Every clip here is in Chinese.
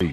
旅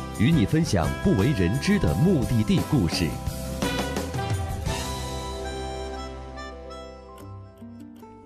与你分享不为人知的目的地故事。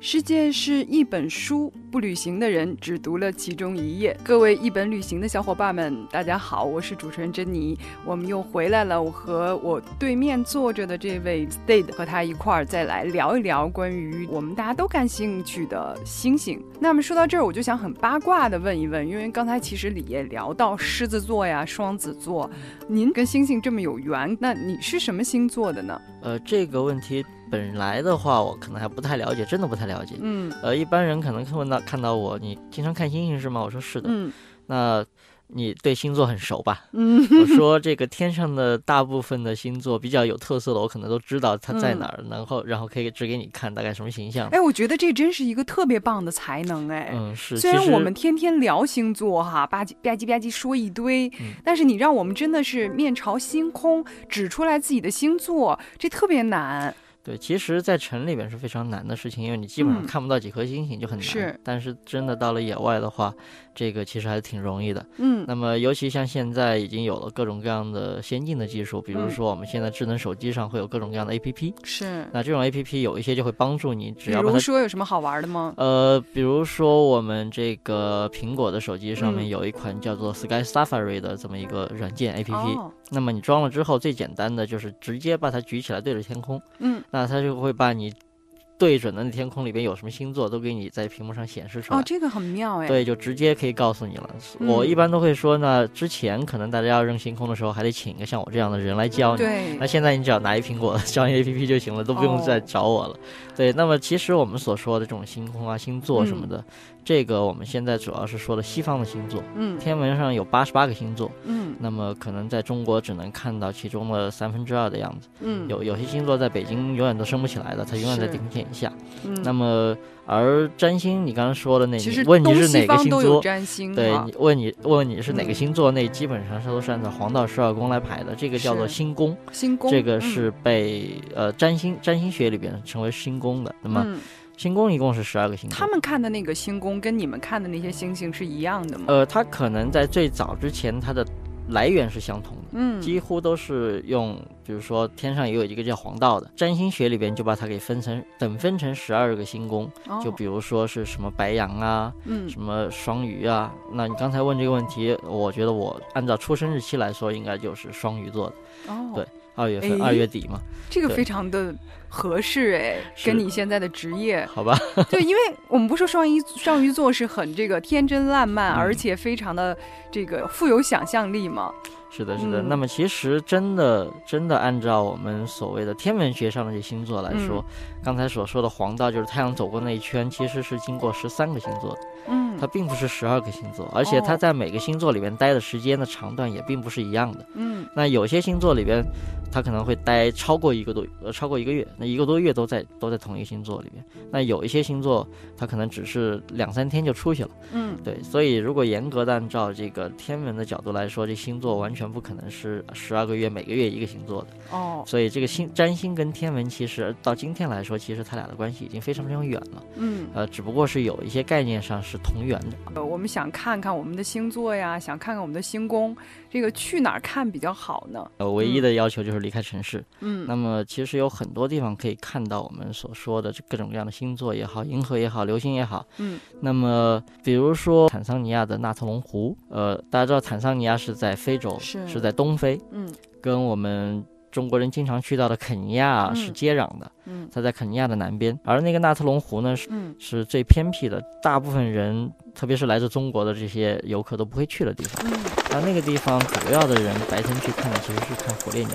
世界是一本书，不旅行的人只读了其中一页。各位一本旅行的小伙伴们，大家好，我是主持人珍妮，我们又回来了。我和我对面坐着的这位 Stade 和他一块儿再来聊一聊关于我们大家都感兴趣的星星。那么说到这儿，我就想很八卦的问一问，因为刚才其实李也聊到狮子座呀、双子座，您跟星星这么有缘，那你是什么星座的呢？呃，这个问题本来的话，我可能还不太了解，真的不太了解。嗯呃，一般人可能看到看到我，你经常看星星是吗？我说是的。嗯？那你对星座很熟吧嗯 我说这个天上的大部分的星座比较有特色的，我可能都知道它在嗯哪儿，然后然后可以指给你看大概什么形象。哎，我觉得这真是一个特别棒的才能哎。嗯，是。虽其然实我们天天聊星座哈，吧唧吧唧吧唧说一堆，嗯但是你让我们真的是面朝星空指出来自己的星座，这特别难。对，其实，在城里边是非常难的事情，因为你基本上嗯看不到几颗星星就很难。是但是真的到了野外的话，这个其实还挺容易的。嗯那么，尤其像现在已经有了各种各样的先进的技术，比如嗯说我们现在智能手机上会有各种各样的 APP，、是。那这种 APP 有一些就会帮助你，只比要把它如说有什么好玩的吗？呃，比如说我们这个苹果的手机上面嗯有一款叫做 Sky Safari 的这么一个软件 APP，、哦，那么你装了之后，最简单的就是直接把它举起来对着天空，嗯，那它就会把你对准的那天空里边有什么星座都给你在屏幕上显示出来。哦，这个很妙哎。对，就直接可以告诉你了。嗯我一般都会说呢，之前可能大家要扔星空的时候，还得请一个像我这样的人来教你。对哦那现在你只要拿一苹果装一 APP 就行了，都不用再哦找我了。对，那么其实我们所说的这种星空啊、星座什么的，这个我们现在主要是说的西方的星座，嗯天文上有八十八个星座，嗯那么可能在中国只能看到其中的三分之二的样子。嗯，有有些星座在北京永远都升不起来的，它永远在是顶点以下。嗯那么而占星，你刚刚说的那，其你实问你东是西哪个方星都有座？占星对，哈你问你问你是哪个嗯星座，那基本上它都是按照黄道十二宫来排的，这个叫做是星宫，星宫嗯这个是被、呃占星占星学里边称为星宫的。那嗯么、嗯星宫一共是十二个星座，他们看的那个星宫跟你们看的那些星星是一样的吗？呃，它可能在最早之前它的来源是相同的。嗯几乎都是用，比如说天上也有一个叫黄道的，占星学里边就把它给分成等分成十二个星宫，哦就比如说是什么白羊啊，嗯什么双鱼啊？那你刚才问这个问题，我觉得我按照出生日期来说，应该就是双鱼座的，哦对二月份、哎二月底嘛，这个对非常的合适哎，是，跟你现在的职业 好吧？对，因为我们不说双鱼双鱼座是很这个天真烂漫，嗯而且非常的这个富有想象力嘛。是的，是的。嗯那么其实真的真的按照我们所谓的天文学上的这些星座来说，嗯刚才所说的黄道就是太阳走过那一圈，其实是经过十三个星座的，嗯它并不是十二个星座，而且它哦在每个星座里面待的时间的长短也并不是一样的。嗯那有些星座里边，它可能会待超过一个多呃超过一个月，那一个多月都在都在同一个星座里边。那有一些星座，它可能只是两三天就出去了。嗯，对，所以如果严格的按照这个天文的角度来说，这星座完全不可能是十二个月每个月一个星座的。哦，所以这个星占星跟天文其实到今天来说，其实它俩的关系已经非常非常远了。嗯。呃，只不过是有一些概念上是同源的。呃，我们想看看我们的星座呀，想看看我们的星宫，这个去哪儿看比较好呢？呃，唯一的要求就是离开城市。嗯那么其实有很多地方可以看到我们所说的这各种各样的星座也好，银河也好，流星也好。嗯，那么比如说坦桑尼亚的纳特龙湖，呃，大家知道坦桑尼亚是在非洲，是在东非，嗯跟我们中国人经常去到的肯尼亚嗯是接壤的，嗯它在肯尼亚的南边，而那个纳特龙湖呢是。嗯，是最偏僻的，大部分人，特别是来自中国的这些游客都不会去的地方。嗯那那个地方主要的人白天去看的其实是看火烈鸟，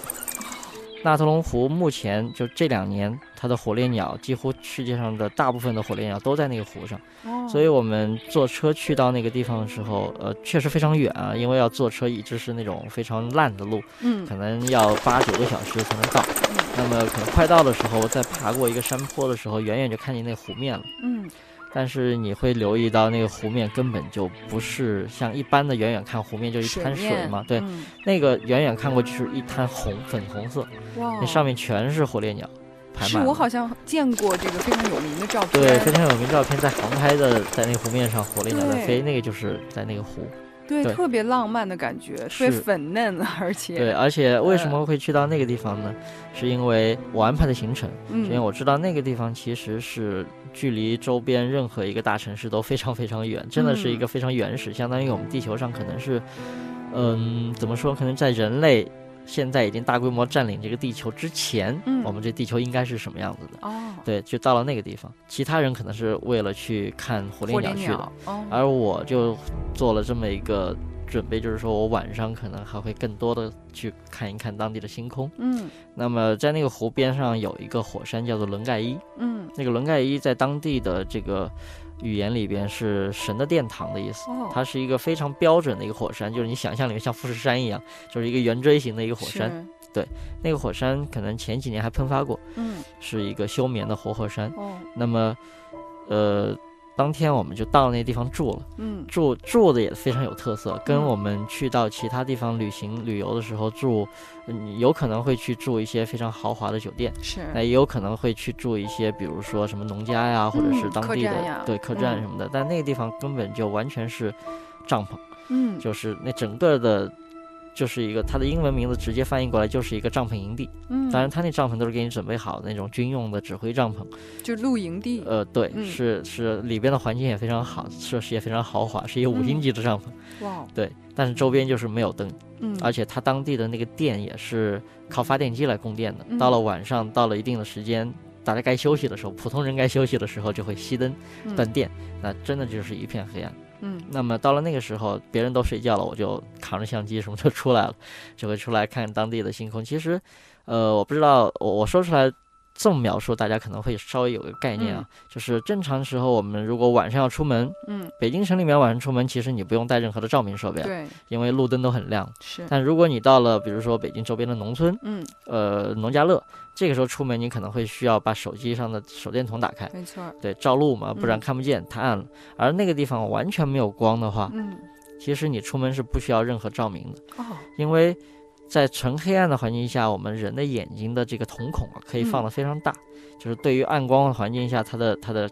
纳特龙湖目前就这两年，它的火烈鸟几乎世界上的大部分的火烈鸟都在那个湖上，哦所以我们坐车去到那个地方的时候，呃，确实非常远啊，因为要坐车，一直是那种非常烂的路，嗯可能要八九个小时才能到。那么可能快到的时候，在爬过一个山坡的时候，远远就看见那湖面了。嗯但是你会留意到那个湖面根本就不是像一般的远远看湖面就一滩水面嘛，对，嗯那个远远看过去就是一滩红粉红色，哇，那上面全是火烈鸟，排哦是满我了。好像见过这个非常有名的照片，对，非常有名照片，在航拍的，在那个湖面上，火烈鸟在对飞，那个就是在那个湖。对对特别浪漫的感觉，特别是粉嫩，啊而且对，而且为呃什么会去到那个地方呢？是因为我安排的行程，是因为嗯我知道那个地方其实是距离周边任何一个大城市都非常非常远，真的是一嗯个非常原始，相当于我们地球上可能是，嗯，怎么说？可能在人类现在已经大规模占领这个地球之前，嗯我们这地球应该是什么样子的？哦，对，就到了那个地方，其他人可能是为了去看火烈火烈鸟去的，鸟哦，而我就做了这么一个准备，就是说我晚上可能还会更多的去看一看当地的星空。嗯那么在那个湖边上有一个火山叫做伦盖伊，嗯那个伦盖伊在当地的这个语言里边是神的殿堂的意思。哦，它是一个非常标准的一个火山，就是你想象里面像富士山一样，就是一个圆锥形的一个火山。是那个火山可能前几年还喷发过，嗯是一个休眠的活火山。哦那么，呃，当天我们就到那地方住了。嗯住住的也非常有特色，跟嗯我们去到其他地方旅行旅游的时候住，嗯，有可能会去住一些非常豪华的酒店，是那也有可能会去住一些，比如说什么农家呀，或者是嗯当客地的、栈呀对客栈嗯什么的，但那个地方根本就完全是帐篷，嗯就是那整个的。就是一个，它的英文名字直接翻译过来就是一个帐篷营地。嗯，当然，它那帐篷都是给你准备好的那种军用的指挥帐篷。就露营地呃，对，嗯是是，里边的环境也非常好，设施也非常豪华，是一个五星嗯级的帐篷。哇对，但是周边就是没有灯，嗯而且它当地的那个电也是靠发电机来供电的。嗯到了晚上，到了一定的时间，大家该休息的时候，普通人该休息的时候就会熄灯嗯断电，那真的就是一片黑暗。嗯那么到了那个时候，别人都睡觉了，我就扛着相机什么就出来了， 就会出来看当地的星空。其实，呃，我不知道我我说出来这么描述，大家可能会稍微有个概念啊。就是正常时候，我们如果晚上要出门，嗯北京城里面晚上出门，其实你不用带任何的照明设备啊，对因为路灯都很亮。是但如果你到了比如说北京周边的农村，嗯呃，农家乐，这个时候出门你可能会需要把手机上的手电筒打开，没错儿对，照路嘛，不然嗯看不见，太暗了。而那个地方完全没有光的话，嗯其实你出门是不需要任何照明的，哦因为在纯黑暗的环境下，我们人的眼睛的这个瞳孔啊，可以嗯放得非常大，就是对于暗光的环境下，它的它的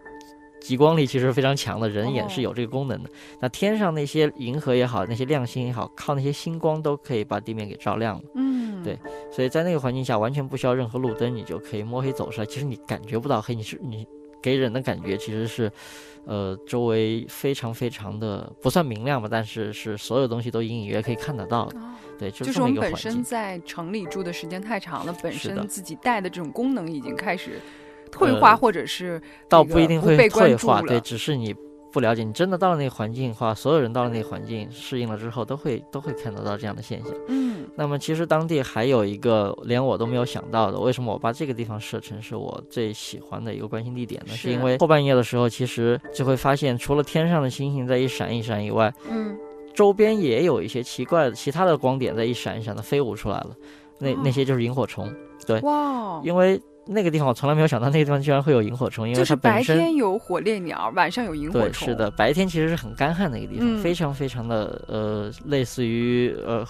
极光力其实非常强的，人眼哦是有这个功能的。那天上那些银河也好，那些亮星也好，靠那些星光都可以把地面给照亮了，嗯对所以在那个环境下，完全不需要任何路灯，你就可以摸黑走出来。其实你感觉不到黑，你是你给人的感觉其实是。呃，周围非常非常的不算明亮吧，但是是所有东西都隐隐约可以看得到的。哦对，就就是是这我么一们个环本身境。在城里住的时间太长了，本是的身自己带的这种功能已经开始退化，呃或者是倒这不个一定不会被关退注化，了对，只是你不了解。你真的到了那个环境的话，所有人到了那个环境适应了之后，都会都会看得到这样的现象。嗯那么其实当地还有一个连我都没有想到的，为什么我把这个地方设成是我最喜欢的一个关心地点呢？是是因为后半夜的时候，其实就会发现，除了天上的星星在一闪一闪以外，嗯周边也有一些奇怪的其他的光点在一闪一闪的飞舞出来了。那那哦些就是萤火虫，对，哇，哦因为那个地方我从来没有想到，那个地方居然会有萤火虫，因就为是它白本身天有火烈鸟，晚上有萤火对虫，是的，白天其实是很干旱的一个地方，嗯非常非常的呃，类似于呃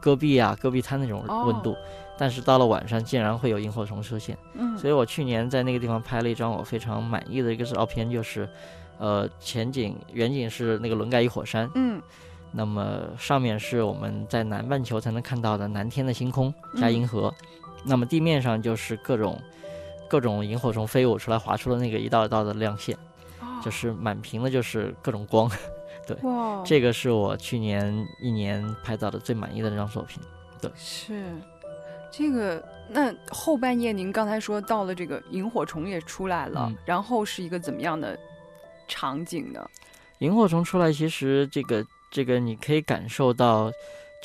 戈壁啊、戈壁滩那种哦温度。但是到了晚上，竟然会有萤火虫出现，嗯，所以我去年在那个地方拍了一张我非常满意的一个照片，就是，呃，前景远景是那个伦盖伊火山，嗯那么上面是我们在南半球才能看到的南天的星空加嗯银河，那么地面上就是各种各种萤火虫飞舞出来，划出了那个一道一道的亮线，哦就是满屏的就是各种光。哇， 哦这个是我去年一年拍到的最满意的那张作品。是这个。那后半夜，您刚才说到了这个萤火虫也出来了，嗯然后是一个怎么样的场景呢？萤火虫出来，其实这个这个你可以感受到，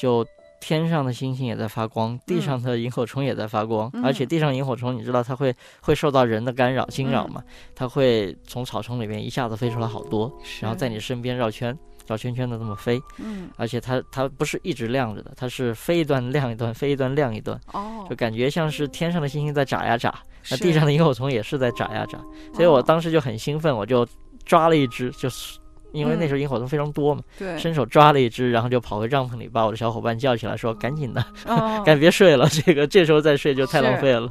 就天上的星星也在发光，地上的萤火虫也在发光，而且嗯地上萤火虫你知道它会会受到人的干扰惊扰嘛，它会从草丛里面一下子飞出来好多，哦然后在你身边绕圈。绕圈圈的这么飞，嗯而且它它不是一直亮着的，它是飞一段亮一段，飞一段亮一段，哦就，感觉像是天上的星星在眨呀眨，那是地上的萤火虫也是在眨呀眨，所以我哦当时就很兴奋，我就抓了一只，就是因为那时候萤火虫非常多嘛，嗯对，伸手抓了一只，然后就跑回帐篷里，把我的小伙伴叫起来说：“赶紧的， 哦赶紧别睡了，这个这时候再睡就太浪是费了。”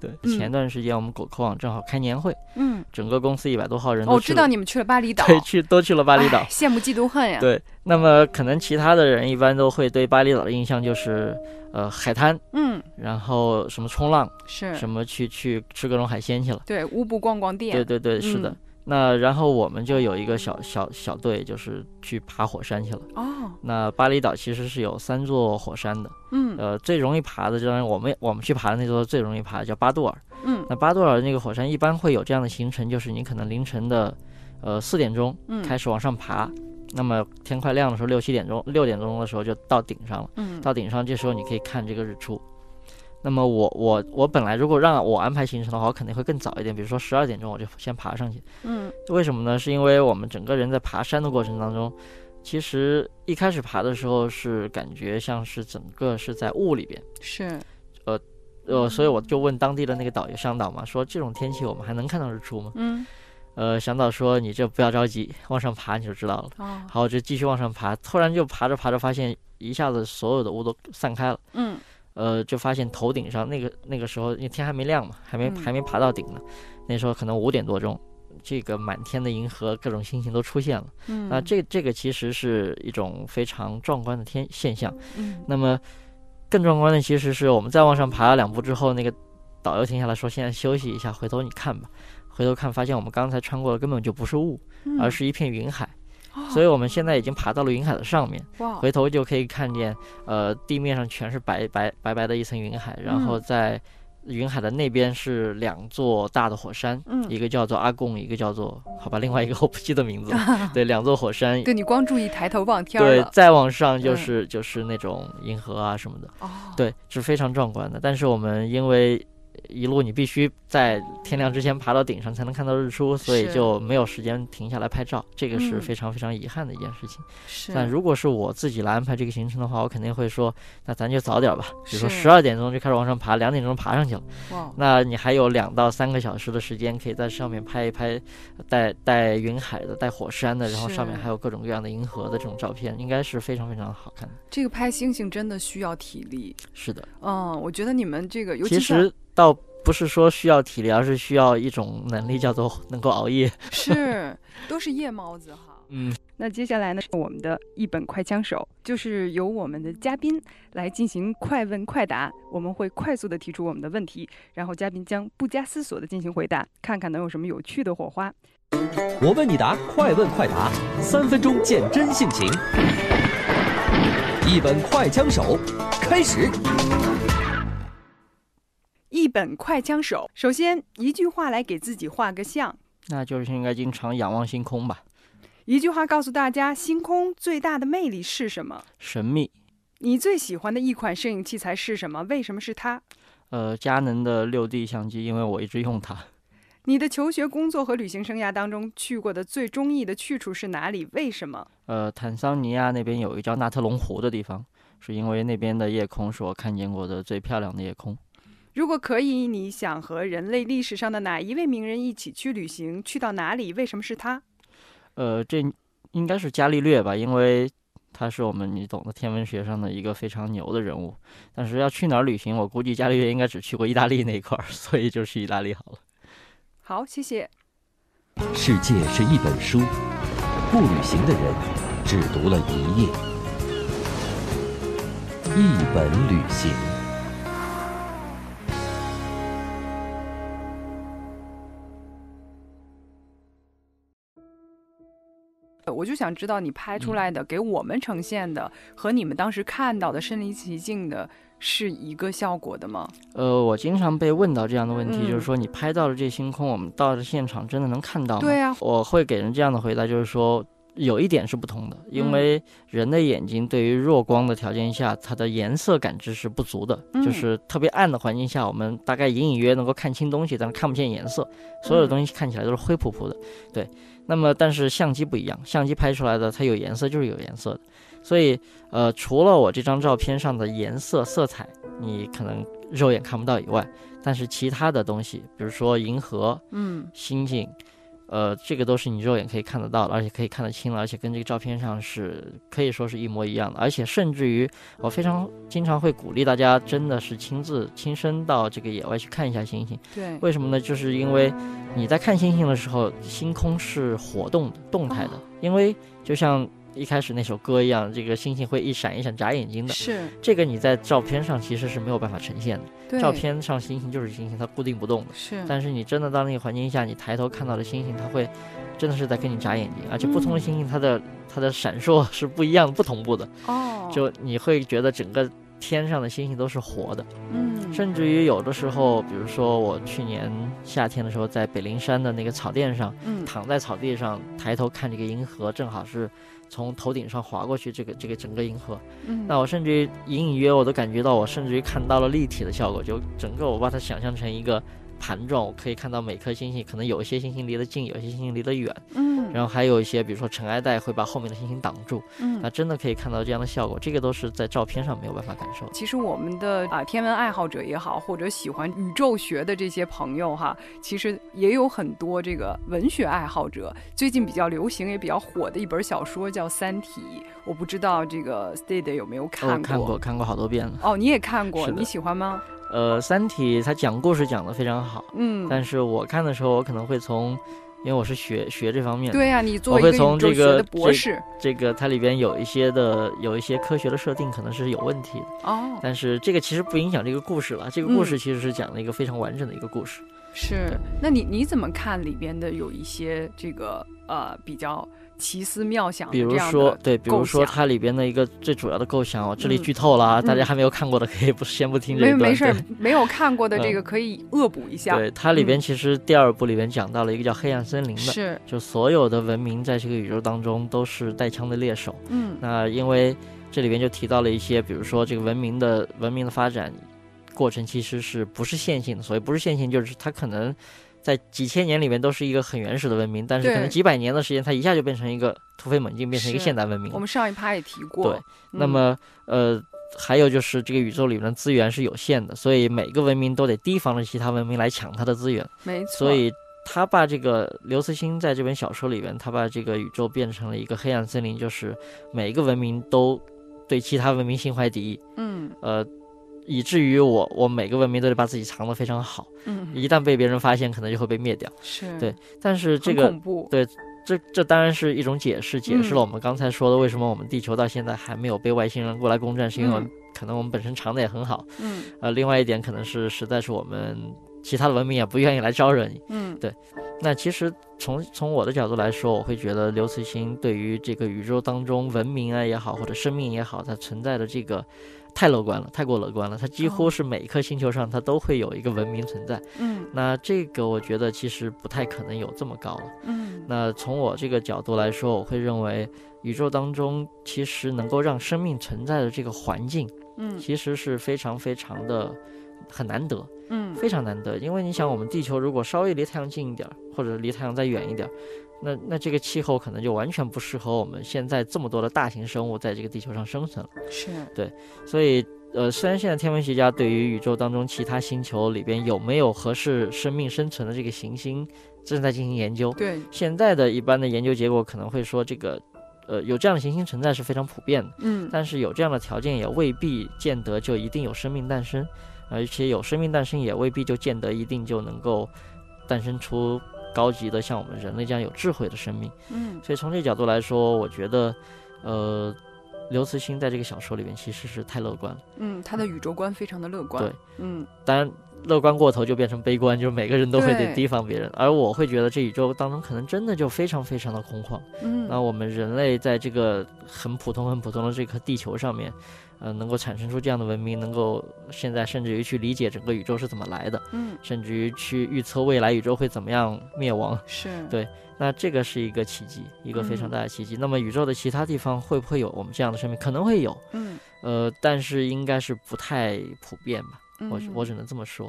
对，嗯前段时间我们果壳网正好开年会，嗯，整个公司一百多号人哦都我去知了，道你们去了巴厘岛，对，去都去了巴厘岛哎。羡慕嫉妒恨呀。对，那么可能其他的人一般都会对巴厘岛的印象就是，呃，海滩，嗯，然后什么冲浪，是，什么去去吃各种海鲜去了。对，乌布逛逛店，对对对，是的。嗯那然后我们就有一个小小小队，就是去爬火山去了。哦，那巴厘岛其实是有三座火山的，嗯呃，最容易爬的，就当然我们我们去爬的那座最容易爬的叫巴杜尔。嗯那巴杜尔那个火山一般会有这样的行程，就是你可能凌晨的，呃四点钟嗯，开始往上爬，那么天快亮的时候六七点钟六点钟的时候就到顶上了。嗯到顶上，这时候你可以看这个日出。那么我我我本来如果让我安排行程的话，我肯定会更早一点，比如说十二点钟我就先爬上去。嗯为什么呢？是因为我们整个人在爬山的过程当中，其实一开始爬的时候是感觉像是整个是在雾里边，是，呃，所以我就问当地的那个导游向导嘛，说这种天气我们还能看到日出吗？嗯呃，向导说你这不要着急，往上爬你就知道了。哦，好，我就继续往上爬，突然就爬着爬着发现一下子所有的雾都散开了。嗯呃，就发现头顶上那个那个时候，因为天还没亮嘛，还没嗯还没爬到顶呢，那时候可能五点多钟，这个满天的银河，各种星星都出现了。嗯，那这这个其实是一种非常壮观的天现象。嗯那么更壮观的其实是我们再往上爬了两步之后，那个导游停下来说：“现在休息一下，回头你看吧。”回头看，发现我们刚才穿过的根本就不是雾，嗯而是一片云海。哦所以我们现在已经爬到了云海的上面。哇，回头就可以看见，呃，地面上全是白白白白的一层云海，然后嗯在云海的那边是两座大的火山，嗯一个叫做阿贡，一个叫做好吧，另外一个我不记得名字了。对，两座火 山，对你光注意抬头望天儿对，了，再往上就嗯是就是那种银河啊什么的，哦，对，是非常壮观的。但是我们因为一路你必须在天亮之前爬到顶上才能看到日出，所以是就没有时间停下来拍照，这个是嗯非常非常遗憾的一件事情。是，但如果是我自己来安排这个行程的话，我肯定会说，那咱就早点儿吧，比如说是十二点钟就开始往上爬，两点钟爬上去了，哇，哦那你还有两到三个小时的时间可以在上面拍一拍带带云海的、带火山的，然后上面是还有各种各样的银河的这种照片，应该是非常非常好看的。这个拍星星真的需要体力，是的，嗯，我觉得你们这个，尤其其实倒不是说需要体力，而是需要一种能力，叫做嗯能够熬夜。像是都是夜猫子哈。嗯，那接下来呢，是我们的一本快枪手，就是由我们的嘉宾来进行快问快答。我们会快速的提出我们的问题，然后嘉宾将不加思索的进行回答，看看能有什么有趣的火花。我问你答，快问快答，三分钟见真性情。一本快枪手，开始。一本快枪手，首先一句话来给自己画个像， 那就是应该经常仰望星空吧，一句话告诉大家星空最大的魅力是什么。神秘。你最喜欢的一款摄影器材是什么？为什么是它？呃，佳能的六 D 相机，因为我一直用它。你的求学、工作和旅行生涯当中去过的最中意的去处是哪里？为什么？呃，坦桑尼亚那边有一个叫纳特龙湖的地方，是因为那边的夜空是我看见过的最漂亮的夜空。如果可以，你想和人类历史上的哪一位名人一起去旅行？去到哪里？为什么是他？呃，这应该是伽利略吧，因为他是我们你懂的天文学上的一个非常牛的人物。但是要去哪儿旅行，我估计伽利略应该只去过意大利那一块儿，所以就去意大利好了。好，谢谢。世界是一本书，不旅行的人只读了一页。一本旅行，我就想知道你拍出来的、给我们呈现的和你们当时看到的身临其境的是一个效果的吗？呃，我经常被问到这样的问题，就是嗯说你拍到了这星空，我们到了现场真的能看到吗？对啊我会给人这样的回答，就是说有一点是不同的，因嗯为人的眼睛对于弱光的条件下，它的颜色感知是不足的。嗯就是特别暗的环境下，我们大概隐隐约能够看清东西，但是看不见颜色，所有的东西看起来都是灰扑扑的。对，那么但是相机不一样，相机拍出来的它有颜色就是有颜色的。所以，呃，除了我这张照片上的颜色色彩，你可能肉眼看不到以外，但是其他的东西，比如说银河，嗯星星，呃，这个都是你肉眼可以看得到的，而且可以看得清了，而且跟这个照片上是可以说是一模一样的，而且甚至于我非常经常会鼓励大家，真的是亲自亲身到这个野外去看一下星星。对，为什么呢？就是因为你在看星星的时候，星空是活动的、动态的，哦因为就像一开始那首歌一样，这个星星会一闪一闪眨眼睛的。是这个你在照片上其实是没有办法呈现的，对嗯照片上星星就是星星，它固定不动的。是但是你真的到那个环境下，你抬头看到的星星，它会真的是在跟你眨眼睛，而且不嗯同的星星它的、它的闪烁是不一样、不同步的，哦，就你会觉得整个天上的星星都是活的，嗯甚至于有的时候，比如说我去年夏天的时候，在北灵山的那个草甸上，嗯躺在草地上抬头看这个银河，正好是从头顶上划过去，这个这个整个银河，嗯那我甚至于隐隐约我都感觉到，我甚至于看到了立体的效果，就整个我把它想象成一个盘状，我可以看到每颗星星，可能有一些星星离得近，有一些星星离得远，嗯然后还有一些比如说尘埃带会把后面的星星挡住，嗯那真的可以看到这样的效果，这个都是在照片上没有办法感受的。其实我们的啊、天文爱好者也好，或者喜欢宇宙学的这些朋友哈，其实也有很多这个文学爱好者。最近比较流行也比较火的一本小说叫《三体》，我不知道这个 Stade 有没有看我过？哦看过，看过好多遍了。哦，你也看过，是的你喜欢吗？呃，《三体》它讲故事讲得非常好，嗯，但是我看的时候，我可能会从，因为我是学学这方面的，对呀、你作为我一会个从宇宙这学个的博士这个它里边有一些的有一些科学的设定可能是有问题的。哦，但是这个其实不影响这个故事了，这个故嗯事其实是讲了一个非常完整的一个故事。是对。那你你怎么看里边的有一些这个呃比较奇思妙想的比哦这样如的说，对，比如构说想它里边的一个最主要的构想，哦，这里嗯剧透了啊，大家嗯还没有看过的可以不先不听这没一段。没事儿对，没有看过的这嗯个可以恶补一下。对，它里边其实第二部里边讲到了一个叫黑暗森林的，嗯是，就所有的文明在这个宇宙当中都是带枪的猎手。嗯那因为这里边就提到了一些，比如说这个文明的文明的发展过程其实是不是线性的，所谓不是线性就是它可能在几千年里面都是一个很原始的文明，但是可能对几百年的时间，它一下就变成一个突飞猛进，变成一个是现代文明我了。们上一趴也提过。对嗯，那么呃。还有就是这个宇宙里面的资源是有限的，所以每个文明都得提防着其他文明来抢它的资源。没错，所以他把这个刘慈欣在这本小说里边，他把这个宇宙变成了一个黑暗森林，就是每一个文明都对其他文明心怀敌意，嗯呃，以至于我我每个文明都得把自己藏得非常好，嗯一旦被别人发现，可能就会被灭掉。是对但是很这个恐怖对这这当然是一种解释，解释了我们刚才说的为什么我们地球到现在还没有被外星人过来攻占，是因为我们可能我们本身藏得也很好，嗯呃，另外一点可能是实在是我们其他的文明也不愿意来招惹你。嗯那其实从从我的角度来说，我会觉得刘慈欣对于这个宇宙当中文明啊也好，或者生命也好，它存在的这个太乐观了，太过乐观了。它几乎哦是每一颗星球上，它都会有一个文明存在。嗯那这个我觉得其实不太可能有这么高了。嗯那从我这个角度来说，我会认为宇宙当中其实能够让生命存在的这个环境，嗯其实是非常非常的很难得。嗯非常难得，因为你想，我们地球如果稍微离太阳近一点儿，或者离太阳再远一点儿，那那这个气候可能就完全不适合我们现在这么多的大型生物在这个地球上生存了。是所以，呃，虽然现在天文学家对于宇宙当中其他星球里边有没有合适生命生存的这个行星正在进行研究，对现在的一般的研究结果可能会说这个。呃，有这样的行星存在是非常普遍的，嗯但是有这样的条件也未必见得就一定有生命诞生，而且有生命诞生也未必就见得一定就能够诞生出高级的像我们人类这样有智慧的生命。嗯所以从这角度来说，我觉得，呃，刘慈欣在这个小说里面其实是太乐观了。嗯，他的宇宙观非常的乐观。对，嗯当然，乐观过头就变成悲观，就是每个人都会对得提防别人。而我会觉得这宇宙当中可能真的就非常非常的空旷。嗯那我们人类在这个很普通、很普通的这颗地球上面，呃，能够产生出这样的文明，能够现在甚至于去理解整个宇宙是怎么来的，嗯甚至于去预测未来宇宙会怎么样灭亡，是对那这个是一个奇迹，一个嗯非常大的奇迹。那么宇宙的其他地方会不会有我们这样的生命？可能会有，嗯呃，但是应该是不太普遍吧。我嗯我只能这么说，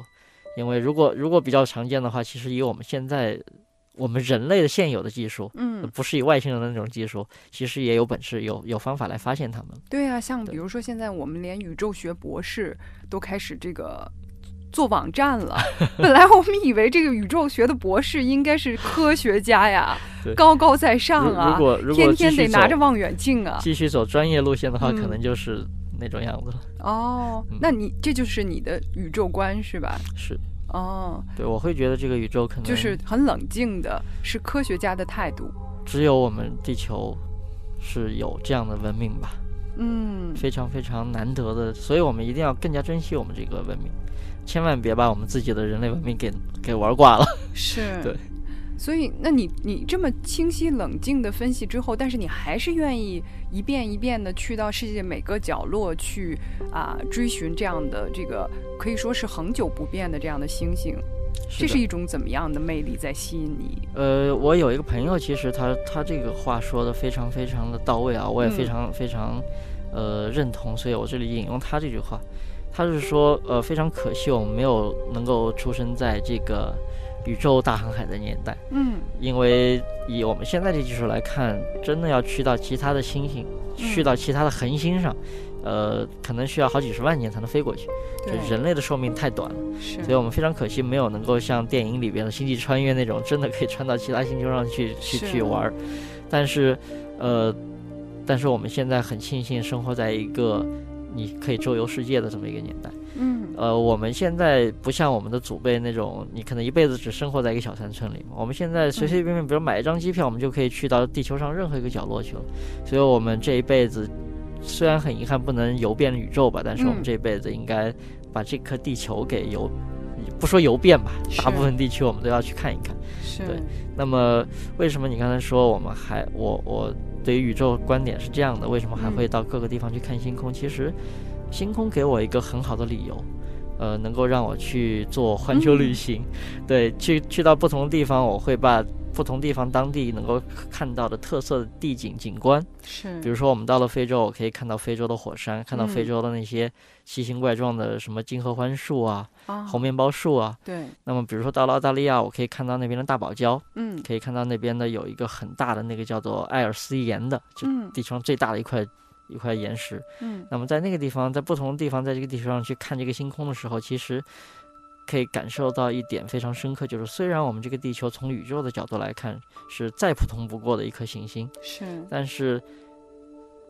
因为如果如果比较常见的话，其实以我们现在我们人类的现有的技术，嗯呃不是以外星人的那种技术，其实也有本事，有有方法来发现他们。对啊，像对比如说现在我们连宇宙学博士都开始这个。做网站了，本来我们以为这个宇宙学的博士应该是科学家呀 对，高高在上如如啊，果如果天继天续得走拿着望远镜啊。继续走专业路线的话，可嗯能就是那种样子了。哦，那你这就是你的宇宙观是吧？嗯是嗯哦，对，我会觉得这个宇宙可能就是很冷静的，是科学家的态度。只有我们地球是有这样的文明吧，嗯，非常非常难得的，所以我们一定要更加珍惜我们这个文明，千万别把我们自己的人类文明给给玩挂了。 是，对。所以，那你你这么清晰冷静的分析之后，但是你还是愿意一遍一遍的去到世界每个角落去啊、追寻这样的这个可以说是恒久不变的这样的星星，这的是一种怎么样的魅力在吸引你？呃，我有一个朋友，其实他他这个话说的非常非常的到位啊，我也非嗯常非常呃认同，所以我这里引用他这句话，他是说呃非常可惜我们没有能够出生在这个宇宙大航海的年代，嗯因为以我们现在的技术来看，真的要去到其他的星星，去嗯到其他的恒星上，呃，可能需要好几十万年才能飞过去，就对，人类的寿命太短了。是所以我们非常可惜没有能够像电影里边的《星际穿越》那种真的可以穿到其他星球上 去去是去玩儿，但是，呃，但是我们现在很庆幸生活在一个你可以周游世界的这么一个年代。嗯呃，我们现在不像我们的祖辈那种，你可能一辈子只生活在一个小山村里。我们现在随随便便，比如买一张机票，我们就可以去到地球上任何一个角落去了。所以，我们这一辈子虽然很遗憾不能游遍宇宙吧，但是我们嗯这一辈子应该把这颗地球给游，不说游遍吧，大部是分地区我们都要去看一看。是对那么，为什么你刚才说我们还我我对于宇宙观点是这样的？为什么还嗯会到各个地方去看星空？其实，星空给我一个很好的理由，呃，能够让我去做环球嗯旅行。对，去去到不同的地方，我会把不同地方当地能够看到的特色的地景景观，是，比如说我们到了非洲，我可以看到非洲的火山，看到非嗯洲的那些奇形怪状的什么金合欢树啊、啊，红面包树啊。对，那么，比如说到了澳大利亚，我可以看到那边的大堡礁。嗯可以看到那边的有一个很大的那个叫做艾尔斯岩的，就嗯地球上最大的一块一块岩石。嗯那么在那个地方，在不同的地方，在这个地球上去看这个星空的时候，其实可以感受到一点非常深刻，就是虽然我们这个地球从宇宙的角度来看是再普通不过的一颗行星，是，但是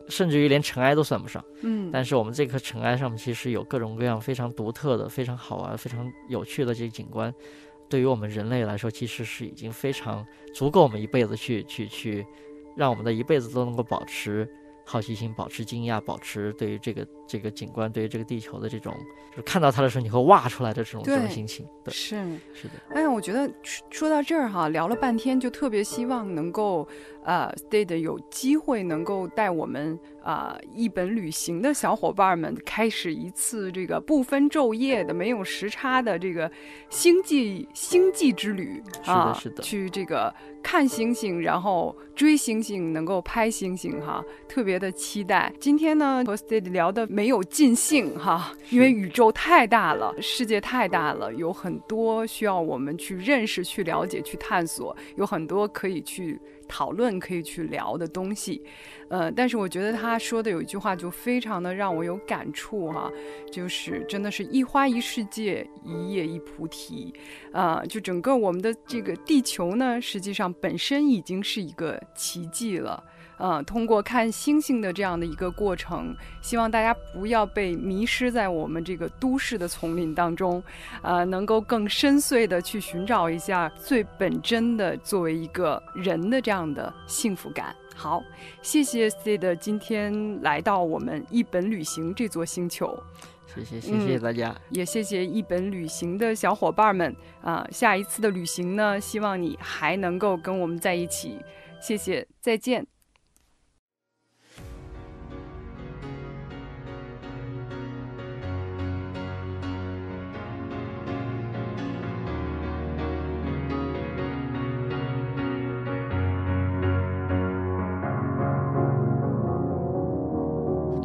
甚至于连尘埃都算不上。嗯但是我们这颗尘埃上面其实有各种各样非常独特的、非常好玩、非常有趣的这些景观，对于我们人类来说，其实是已经非常足够我们一辈子去去去，让我们的一辈子都能够保持好奇心、保持惊讶、保持对于这个这个景观、对于这个地球的这种，就是看到它的时候你会哇出来的这种这种对心情。对，是。是的，哎呀，我觉得说说到这儿哈，聊了半天，就特别希望能够，呃，Stade 有机会能够带我们啊、呃一本旅行的小伙伴们开始一次这个不分昼夜的、没有时差的这个星际星际之旅是的啊，是的去这个看星星，然后追星星，能够拍星星哈，特别的期待。今天呢，和 Stade 聊的没有尽兴哈，因为宇宙太大了，世界太大了，有很多需要我们去认识、去了解、去探索，有很多可以去讨论、可以去聊的东西。呃，但是我觉得他说的有一句话就非常的让我有感触哈、就是真的是一花一世界，一叶一菩提。啊，就整个我们的这个地球呢，实际上本身已经是一个奇迹了。啊，通过看星星的这样的一个过程，希望大家不要被迷失在我们这个都市的丛林当中，啊，能够更深邃的去寻找一下最本真的作为一个人的这样的幸福感。好，谢谢 Sid 今天来到我们一本旅行这座星球，谢谢谢谢嗯大家，也谢谢一本旅行的小伙伴们啊、下一次的旅行呢，希望你还能够跟我们在一起。谢谢，再见。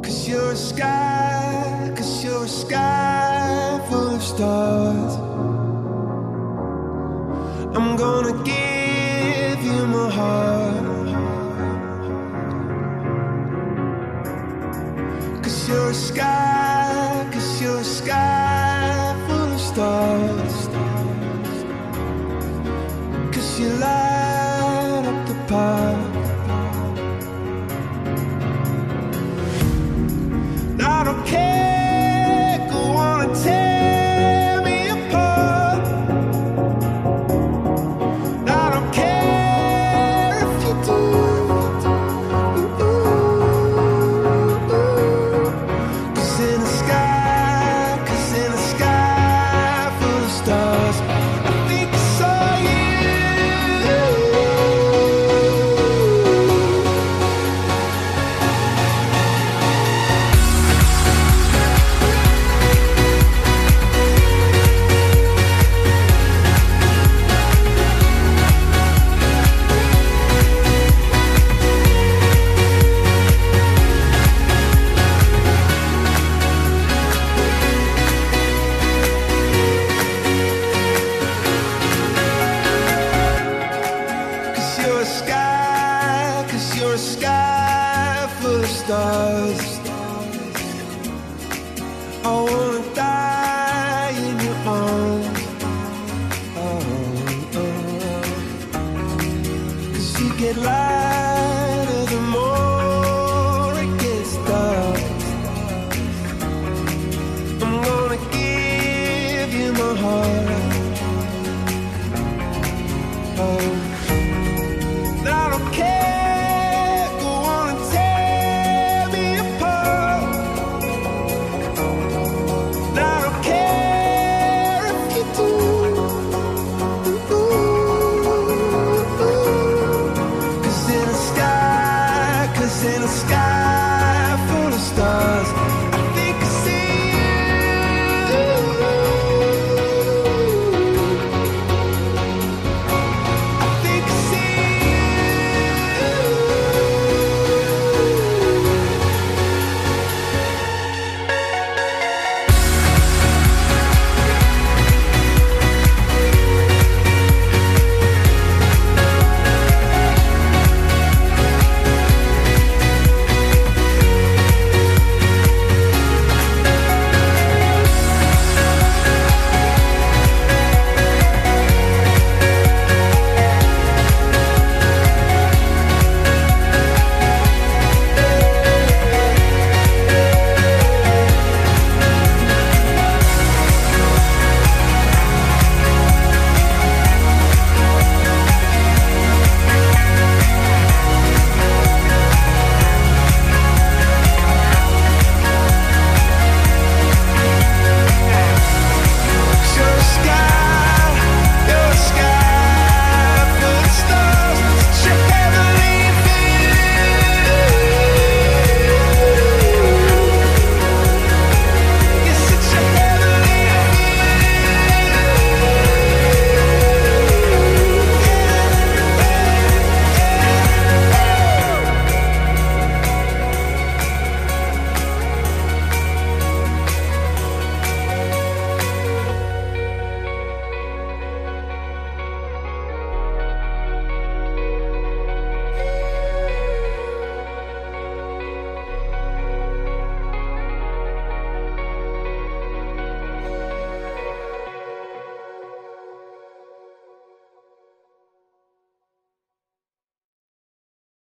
Cause you're a sky, cause you're a sky full of stars. I'm gonna give you my heart. Cause you're a sky, cause you're a sky full of stars. Cause you light up the path. I don't care who wanna tear me apart. I don't care if you do. 'Cause in the sky, 'cause in the sky full of stars, I think I saw you. Cause you're a sky, cause you're a sky full of stars. I wanna die in your arms. Oh, oh. Cause you get lighter the more it gets dark. I'm gonna give you my heart. Oh.